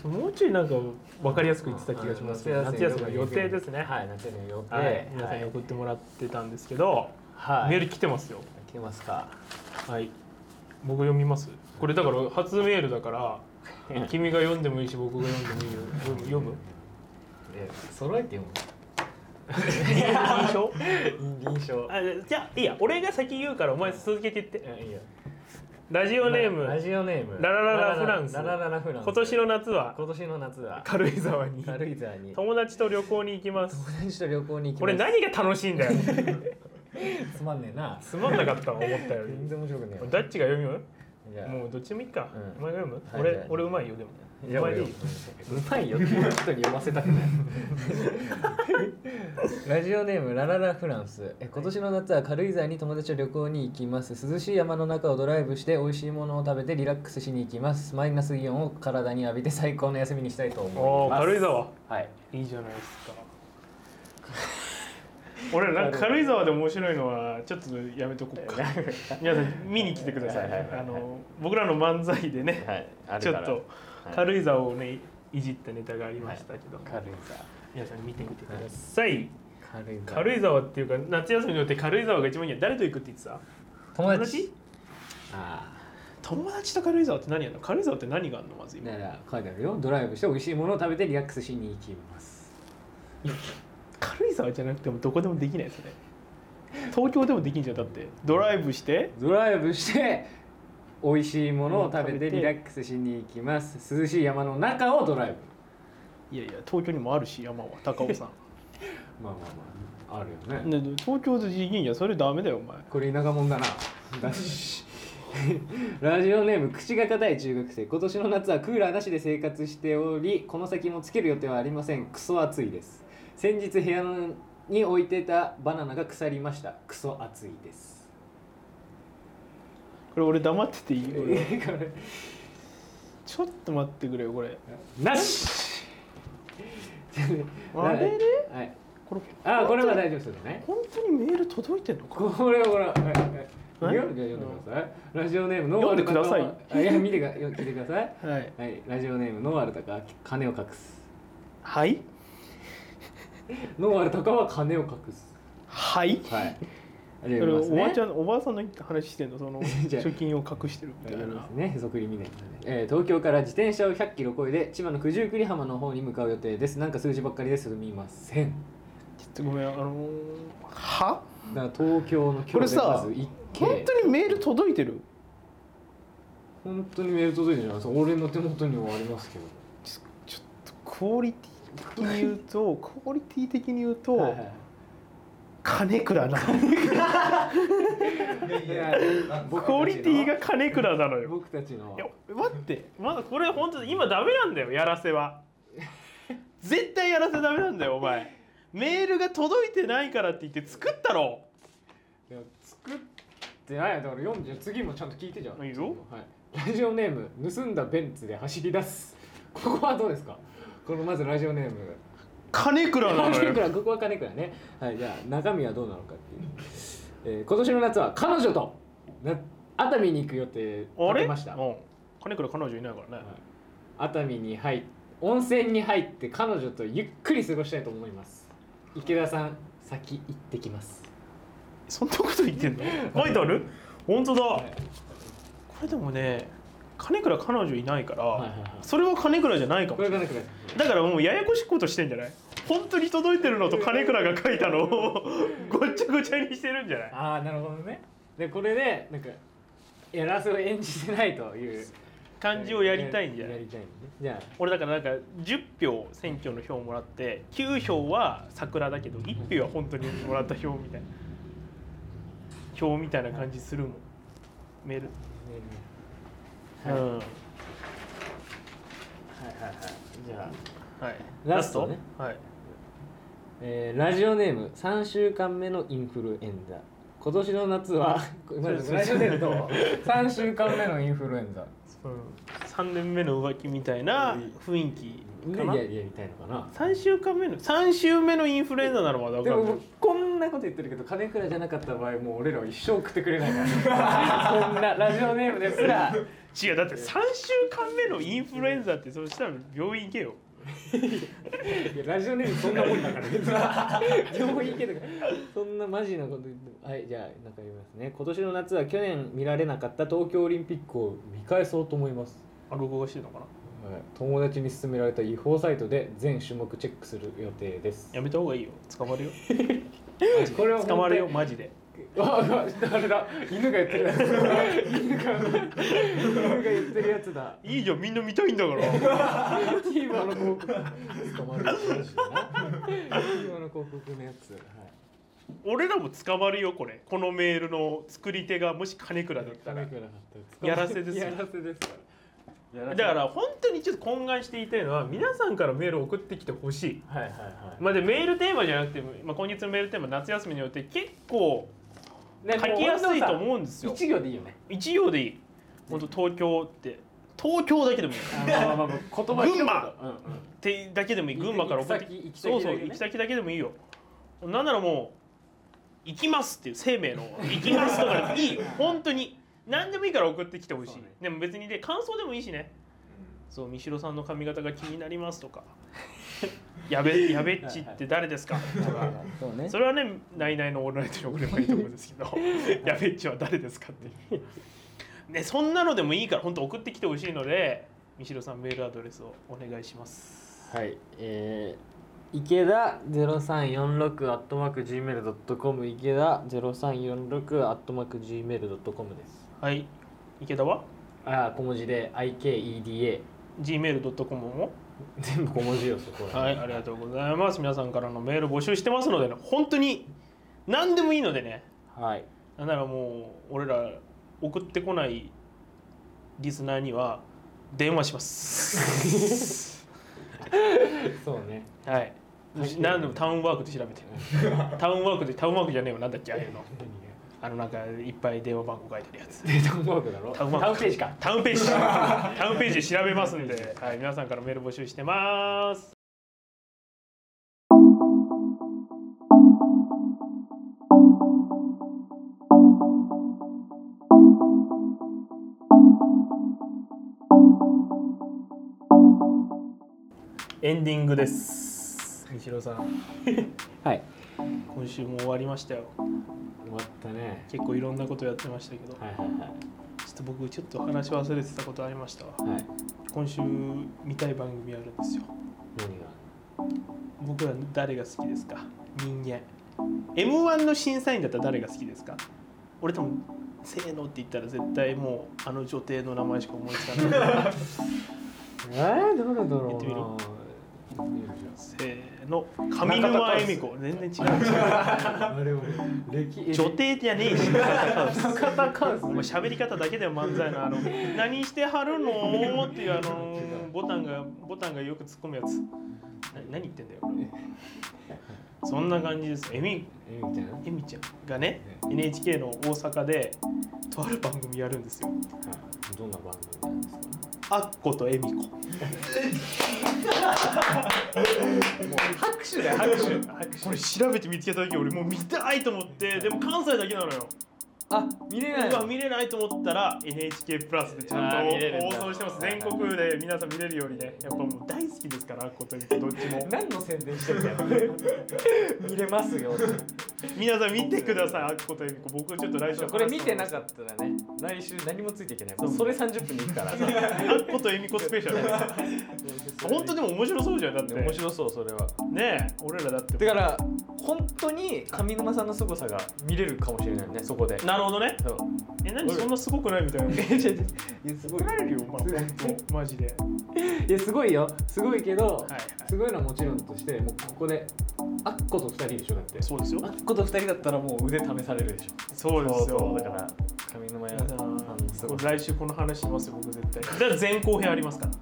Speaker 1: もうちょいなんか分かりやすく言ってた気がしますけど
Speaker 3: あの
Speaker 1: 夏休みの予定ですね
Speaker 3: はい夏休みの予定
Speaker 1: はい、皆さんに送ってもらってたんですけど、
Speaker 3: はい
Speaker 1: メール来てますよ
Speaker 3: 来てますか
Speaker 1: はい僕読みますこれだから初メールだ から君が読んでもいいし僕が読んでもいいよ読む読 む
Speaker 3: え揃えてよ
Speaker 1: 印象
Speaker 3: 臨床
Speaker 1: あじゃあいいや俺が先言うからお前続けて言って
Speaker 3: いいよ
Speaker 1: ラジオネーム、
Speaker 3: ラジオネーム
Speaker 1: ララララフランス
Speaker 3: ララララフランス
Speaker 1: 今年の夏は
Speaker 3: 今年の夏は
Speaker 1: 軽井沢に
Speaker 3: 軽井沢に友
Speaker 1: 友達と旅行に行きます
Speaker 3: 達と旅行に行きます
Speaker 1: これ何が楽しいんだよ
Speaker 3: つまんねえな
Speaker 1: つまんなかったわ思ったより
Speaker 3: 全然面白くねえわ
Speaker 1: ダッチが読む
Speaker 3: じゃあ
Speaker 1: もうどっちでもいいか、
Speaker 3: うん
Speaker 1: お前が読む、
Speaker 3: はい
Speaker 1: 俺、
Speaker 3: はい
Speaker 1: 俺うまいよでも
Speaker 3: いや
Speaker 1: お前
Speaker 3: 俺
Speaker 1: で
Speaker 3: よ
Speaker 1: いいう
Speaker 3: まいよって人に読ませた くないラジオネームラララフランスえ今年の夏は軽井沢に友達と旅行に行きます涼しい山の中をドライブして美味しいものを食べてリラックスしに行きますマイナスイオンを体に浴びて最高の休みにしたいと
Speaker 1: お
Speaker 3: 思い
Speaker 1: ー
Speaker 3: ます
Speaker 1: 軽井沢
Speaker 3: はい
Speaker 1: いいじゃないですか俺なんか軽井沢で面白いのはちょっとやめとこうか皆さん見に来てください,、
Speaker 2: はいはいはいはい
Speaker 1: あの僕らの漫才でね、
Speaker 2: はいあ
Speaker 1: ち
Speaker 2: る
Speaker 1: ょ
Speaker 2: か
Speaker 1: っ
Speaker 2: ら
Speaker 1: と
Speaker 2: はい
Speaker 1: 軽井沢をねいじったネタがありましたけど、
Speaker 3: 軽井沢
Speaker 1: 皆さん見てみてください、
Speaker 3: 軽井沢
Speaker 1: 軽井沢っていうか夏休みによって軽井沢が一番いいや誰と行くって言ってた
Speaker 3: 友
Speaker 1: 友
Speaker 3: 達
Speaker 1: 達
Speaker 3: あ
Speaker 1: 友達と軽井沢って何やんの軽井沢って何があるのまず
Speaker 3: あ
Speaker 1: 今
Speaker 3: だから書いてあるよドライブして美味しいものを食べてリラックスしに行きます
Speaker 1: 軽井沢じゃなくてもどこでもできないですね東京でもできんじゃんだってドライブして
Speaker 3: ドライブして美味しいものを食べてリラックスしに行きます涼しい山の中をドライブ
Speaker 1: いやいや東京にもあるし山は高 尾さ
Speaker 3: まあまあまああるよ
Speaker 1: ん
Speaker 3: ね
Speaker 1: ね東京でいいんやそれダメだよお前
Speaker 3: これ田舎もんだなだしラジオネーム口が硬い中学生今年の夏はクーラーなしで生活しておりこの先もつける予定はありませんクソ暑いです先日部屋のに置いてたバナナが腐りましたクソ暑いです
Speaker 1: これ俺黙ってていい俺
Speaker 3: これ
Speaker 1: ちょっと待ってくれよこれ
Speaker 3: なし
Speaker 1: あれれ
Speaker 3: はい、
Speaker 1: これ
Speaker 3: あこれは大丈夫ですよね
Speaker 1: 本当にメール届いてんのか
Speaker 3: これはこれははい
Speaker 1: え
Speaker 3: はい読んで読んでくださいラジオネームノーア
Speaker 1: 読んで
Speaker 3: ル
Speaker 1: く
Speaker 3: タ
Speaker 1: ださい
Speaker 3: カいや見てくだ聞いてください
Speaker 1: はい
Speaker 3: はいラジオネームノーアルタカ金を隠す
Speaker 1: はい
Speaker 3: ノーアルタカは金を隠す
Speaker 1: はい
Speaker 3: はいじゃあ
Speaker 1: そ
Speaker 3: 読
Speaker 1: れ
Speaker 3: みます
Speaker 1: おばあ
Speaker 3: ね
Speaker 1: ちゃんおばあさんの話してんのその
Speaker 3: じゃあ
Speaker 1: 貯金を隠してるみたい
Speaker 3: やりま
Speaker 1: な
Speaker 3: すね、へそくりみたいなね、えー東京から自転車を100キロ超えで千葉の九十九里浜の方に向かう予定ですなんか数字ばっかりですみません
Speaker 1: ちょっとごめんあのーは
Speaker 3: だから東京の今日で
Speaker 1: これさ
Speaker 3: まず一件
Speaker 1: 本当にメール届いてる
Speaker 3: 本当にメール届いてるじゃないですか俺の手元にはありますけど
Speaker 1: クオリティ的に言うとクオリティ的に言うと、
Speaker 3: はいはい
Speaker 1: 金倉なクオリティが金倉なのよ
Speaker 3: 僕たちの
Speaker 1: いや待ってまだこれ本当に今ダメなんだよやらせは絶対やらせダメなんだよお前メールが届いてないからって言って作ったろ
Speaker 3: いや作ってないだから読んじゃう次もちゃんと聞いてじゃん
Speaker 1: いいよ
Speaker 3: はい、ラジオネーム盗んだベンツで走り出すここはどうですかこのまずラジオネーム
Speaker 1: 金倉なの
Speaker 3: 金
Speaker 1: よ
Speaker 3: 倉ここは金倉ねはいじゃあ中身はどうなのかっていう、えー今年の夏は彼女とな熱海に行く予定
Speaker 1: あ
Speaker 3: 立
Speaker 1: れ
Speaker 3: てました
Speaker 1: うん、金倉彼女いないからね、
Speaker 3: 熱海に入っ温泉に入って彼女とゆっくり過ごしたいと思います池田さん先行ってきます
Speaker 1: そんなこと言ってんの書いてある本当だ、
Speaker 3: い
Speaker 1: これでもね金倉彼女いないから、
Speaker 3: いはいはい
Speaker 1: それは金倉じゃないかも
Speaker 3: これが金倉
Speaker 1: だからもうややこしいことしてんじゃない本当に届いてるのと金倉が書いたのを ごっちゃごちゃにしてるんじゃない
Speaker 3: ああなるほどねでこれでなんかやらせを演じてないという
Speaker 1: 漢字をやりたいんじゃな
Speaker 3: や
Speaker 1: い
Speaker 3: りたいんねじゃ
Speaker 1: 俺だからなんか10票選挙の票もらって9票は桜だけど1票は本当にもらった票みたいな票みたいな感じするもんメール
Speaker 3: あ、ね
Speaker 1: うん
Speaker 3: はいはいはいじゃあ、
Speaker 1: はい
Speaker 3: ラストね
Speaker 1: はい
Speaker 3: えーラジオネーム3週間目のインフルエンザ今年の夏 はごめんなさいラジオネームどう 三週間目のインフルエンザ
Speaker 1: 3年目の浮気みたいな雰囲気かない
Speaker 3: やいやみたいのかな
Speaker 1: 3週間目の3週目のインフルエンザならまだ分
Speaker 3: で
Speaker 1: か
Speaker 3: も
Speaker 1: る
Speaker 3: 僕こんなこと言ってるけど金倉じゃなかった場合もう俺らは一生食ってくれないからこんなラジオネームですら
Speaker 1: 違うだって3週間目のインフルエンザってそしたら病院行けよ
Speaker 3: いやラジオネームそんなもんだから別に病院行けとかそんなマジなこと言ってもはいじゃあなんか言いますね今年の夏は去年見られなかった東京オリンピックを見返そうと思います
Speaker 1: あ録画してるのかな
Speaker 3: はい友達に勧められた違法サイトで全種目チェックする予定です
Speaker 1: やめた方がいいよ捕まるよ
Speaker 3: これは本
Speaker 1: 捕
Speaker 3: 当に
Speaker 1: まるよマジで
Speaker 3: あああれだ犬が言ってるやつ犬が犬が言ってるやつだ
Speaker 1: いいじゃんみんな見たいんだから
Speaker 3: TVer の広告捕まるやつだな TVer の広告のやつ、はい
Speaker 1: 俺らも捕まるよこれこのメールの作り手がもし金倉だったら
Speaker 3: 金倉だった
Speaker 1: やらせですよ
Speaker 3: やらせですから
Speaker 1: だから本当にちょっと懇願していたいのは皆さんからメールを送ってきてほしい、
Speaker 4: はいはいは
Speaker 1: まあ、でメールテーマじゃなくて、まあ、今月のメールテーマ夏休みによって結構書きやすいと思うんですよ
Speaker 3: 一行でいいよね。
Speaker 1: 一行でいい本当東京って東京だけでもいいっ
Speaker 3: あのまあまあまあ言葉
Speaker 1: 群馬
Speaker 3: うんうん。
Speaker 1: てだけでもいい群馬から送って
Speaker 3: 行き先
Speaker 1: そうそう
Speaker 3: 行き先だけね
Speaker 1: 行き先だけでもいいよなんならもう行きますっていう生命の行きますとかでもいいよ本当に何でもいいから送ってきてほしい、
Speaker 4: そうね
Speaker 1: でも別にで感想でもいいしねそう三代さんの髪型が気になりますとかやべやべっちって誰ですかとか
Speaker 2: そうね
Speaker 1: それはね「ナイナイのオールナイト」に送ればいいと思うんですけど「やべっちは誰ですか?」っていうねそんなのでもいいから本当送ってきてほしいので三代さんメールアドレスをお願いします
Speaker 3: はい。えー、池田ゼロ三四六アットマーク gmail ドットコム池田ゼロ三四六アットマーク gmail ドットコムです。
Speaker 1: はい池田は
Speaker 3: ああ小文字で I K E D A
Speaker 1: gmail.com も
Speaker 3: 全部小文字よそこら。
Speaker 1: はいありがとうございます皆さんからのメール募集してますのでね本当に何でもいいのでね
Speaker 3: はい。
Speaker 1: なんならもう俺ら送ってこないリスナーには電話します。
Speaker 3: そうね。
Speaker 1: はい。何でもタウンワークで調べて。タウンワークでタウンワークじゃねえよなんだっけあれの。 あのなんかいっぱい電話番号書いてるやつ。
Speaker 3: データワークだろ。
Speaker 1: タウンワーク
Speaker 3: ページか。
Speaker 1: タウンページ。タウンページ調べますんで、はい皆さんからメール募集してます。エンディングです。みひろさん、
Speaker 3: はい。
Speaker 1: 今週も終わりましたよ。
Speaker 3: 終わったね。
Speaker 1: 結構いろんなことやってましたけど、ちょ
Speaker 3: はいはい
Speaker 1: っと僕ちょっと話し忘れてたことありましたわ。
Speaker 3: はいはい。
Speaker 1: 今週見たい番組あるんですよ。
Speaker 3: 何が。
Speaker 1: 僕は誰が好きですか人間 M1 の審査員だったら誰が好きですか俺多分せーのって言ったら絶対もうあの女帝の名前しか思いつか ない
Speaker 3: えー、どれだろうな。
Speaker 1: 言ってみろ
Speaker 3: 言ってみるじゃん
Speaker 1: せーの上沼恵美子全然違
Speaker 3: あれ俺歴
Speaker 1: う女帝じゃねえし
Speaker 3: 方関数
Speaker 1: お前喋り方だけで漫才のあの「何してはるの?」っていうあのボタンがボタンがよく突っ込むやつな何言ってんだよ俺そんな感じです恵美
Speaker 3: えみたいな
Speaker 1: えみちゃんがね NHK の大阪でとある番組やるんですよ
Speaker 3: どんな番組なんですか
Speaker 1: アッコとえみこ
Speaker 3: 拍手だよ
Speaker 1: 拍手これ調べて見つけた時俺もう見たいと思ってでも関西だけなのよ
Speaker 3: あ見れないう
Speaker 1: わ見れないと思ったら NHK プラスでちゃんと
Speaker 3: あー見れるん
Speaker 1: 放
Speaker 3: だ
Speaker 1: 送してます全国で皆さん見れるようにねやっぱもう大好きですからアッコとえみこどっちも
Speaker 3: 何の宣伝してんだよ見れますよ
Speaker 1: 皆さん見てくださいアッコとえみこ僕ちょっと来週
Speaker 3: これ見てなかったらね来週何もついていけないもうそれ30分でいくからさ
Speaker 1: アッコとえみこスペシャル です本当でも面白そうじゃんだって
Speaker 3: 面白そうそれは
Speaker 1: ねえ俺らだって
Speaker 3: だから本当に上沼さんの凄さが見れるかもしれないねそこで
Speaker 1: なるほどね
Speaker 3: そう
Speaker 1: え何そんなすごくないみ たいな
Speaker 3: えいやすごい
Speaker 1: 怒られるよ、まあ、本当、 マジで。はい
Speaker 3: やすごいよすごいけど、
Speaker 1: いはい。
Speaker 3: すごいのはもちろんとしてもうここであっこと2人でしょだって
Speaker 1: そうですよ
Speaker 3: マ。ッコと二人だったらもう腕試されるでしょ
Speaker 1: そうですよ。
Speaker 3: だから上沼屋
Speaker 1: 皆さ
Speaker 3: さんのすご
Speaker 1: ん
Speaker 3: い
Speaker 1: 来週この話しますよ、僕絶対。だから前後編ありますから。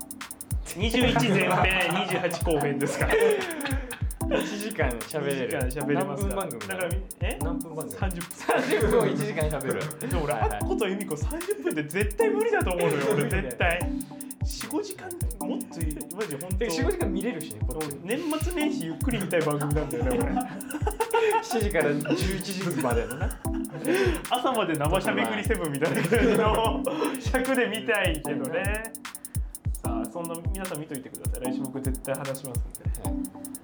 Speaker 1: 21前編、28後編ですから。
Speaker 3: 1時間喋れる
Speaker 1: 1時間喋れます
Speaker 3: 何分番組
Speaker 1: だからみえ
Speaker 3: 何分番組
Speaker 1: 30分
Speaker 3: 30分を1時間喋る
Speaker 1: でも俺、
Speaker 3: はいはい
Speaker 1: アッコと由美子30分で絶対無理だと思うのよ俺
Speaker 3: 無理だよ
Speaker 1: 絶対45時間もっとマジ本当
Speaker 3: で45時間見れるしねこっち
Speaker 1: 年末年始ゆっくり見たい番組なんだよね俺
Speaker 3: 7時から11時までのな
Speaker 1: 朝まで生しゃべくりセブンみたいな感じの尺で見たいけどねさあそんな皆さん見といてください来週僕絶対話しますんで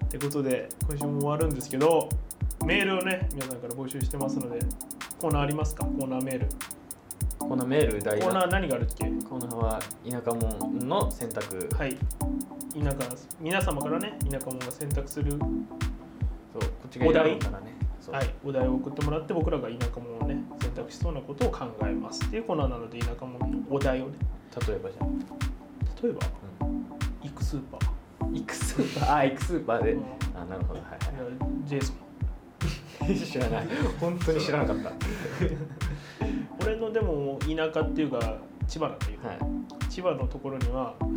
Speaker 1: ってことで今週も終わるんですけどメールをね皆さんから募集してますのでコーナーありますかコーナーメール
Speaker 3: このメール大
Speaker 1: コー
Speaker 3: 事
Speaker 1: ナ
Speaker 3: な
Speaker 1: ー何があるっけ
Speaker 3: コーナーは田舎もんの選択
Speaker 1: はい田舎皆様からね田舎者が選択する、
Speaker 3: そうこっちが選ぶからねそう
Speaker 1: はい、お題を送ってもらって僕らが田舎者をね選択しそうなことを考えますっていうコーナーなので田舎者のお題をね
Speaker 3: 例えばじゃん
Speaker 1: 例えば、行くスーパー
Speaker 3: 行くスーパーあ行くスーパーであなるほどはい
Speaker 1: いやジェイソン
Speaker 3: はい 知らない本当に知らなかった
Speaker 1: 俺のでも田舎っていうか千葉なんだけど、
Speaker 3: はい
Speaker 1: 千葉のところにはトッ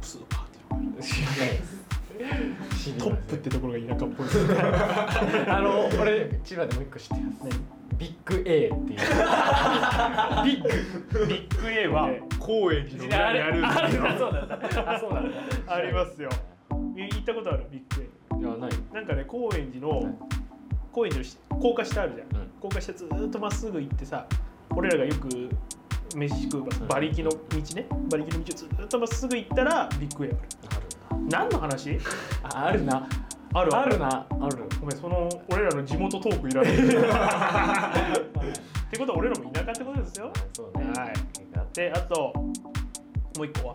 Speaker 1: プスーパーっていうのがある
Speaker 3: 知らないです
Speaker 1: トップってところが田舎っぽいですね
Speaker 3: あの俺千葉でもう一個知ってます
Speaker 1: 何
Speaker 3: ビッグ A っていう
Speaker 1: ビッグビッグ A は高円寺の裏にあるんですよ
Speaker 3: そうなんだ あそうなんだ
Speaker 1: ありますよ行ったことあるビッグ A
Speaker 3: いやない
Speaker 1: なんかね高円寺
Speaker 3: はい
Speaker 1: の高円寺のし高架下あるじゃん、
Speaker 3: うん
Speaker 1: 高架下ずーっとまっすぐ行ってさ俺らがよく飯食うば馬力の道ね馬力の道をずーっとまっすぐ行ったらビッグウェー
Speaker 3: あ
Speaker 1: ブ何の話
Speaker 3: るなああるな
Speaker 1: ある
Speaker 3: あるなある
Speaker 1: ごめんその俺らの地元トークいら ないってことは俺らも田舎ってことですよ
Speaker 3: そうね
Speaker 1: はい
Speaker 3: 結果あって
Speaker 1: であともう一個は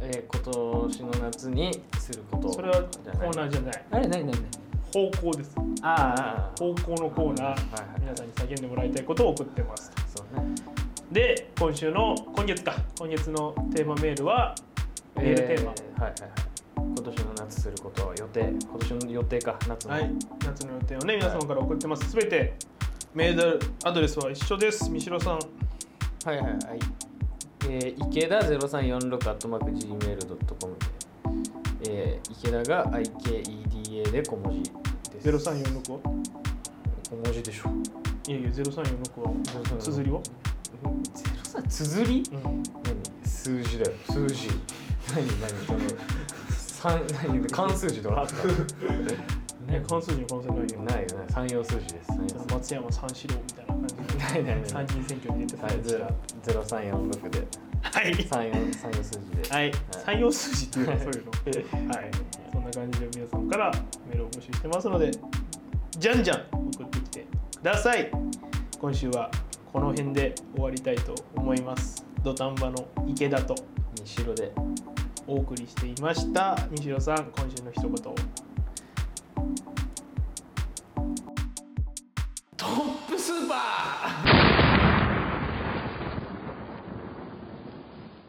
Speaker 3: えー今年の夏にすること
Speaker 1: それはコ
Speaker 3: じゃない
Speaker 1: ーナーじゃない
Speaker 3: あれ何何何
Speaker 1: 方向です
Speaker 3: あーあーあー
Speaker 1: 方向のコーナー
Speaker 3: はいはい
Speaker 1: 皆さんに叫んでもらいたいことを送ってますと
Speaker 3: そうね
Speaker 1: で今週の今月か今月のテーマメールはメールテーマ
Speaker 3: えーはいはいはい今年の夏すること予定今年の予定か夏の
Speaker 1: はい、夏の予定をね皆様から送ってますすべてメールアドレスは一緒です三代さん
Speaker 3: はいはいはい。えー、池田0346アットマーク Gmail.com で、えー、池田が IKEDA で小文字です。
Speaker 1: 0346は
Speaker 3: 小文字でしょ。
Speaker 1: いやいや0346は綴りは
Speaker 3: 03綴り
Speaker 1: うん
Speaker 3: 何数字だよ。数字。何何その三何関数字とかあった
Speaker 1: いや関数字の可能性ないよ
Speaker 3: ないよね。三様数字です。三様
Speaker 1: その
Speaker 3: 数
Speaker 1: 松山三四郎みたいな感じ
Speaker 3: 字。ないない
Speaker 1: で
Speaker 3: な
Speaker 1: 参
Speaker 3: い。
Speaker 1: 議院選挙に出てた
Speaker 3: はい、ゼロゼロ三四六で
Speaker 1: はい
Speaker 3: 三四三四数字で。
Speaker 1: はい採用数字っていうのはそういうのはいそんな感じで皆さんからメールを募集してますのでじゃんじゃん送ってきてください今週はこの辺で終わりたいと思います土壇場の池田と
Speaker 3: 西色で。
Speaker 1: お送りしていました西野さん今週の一言を
Speaker 3: トップスーパー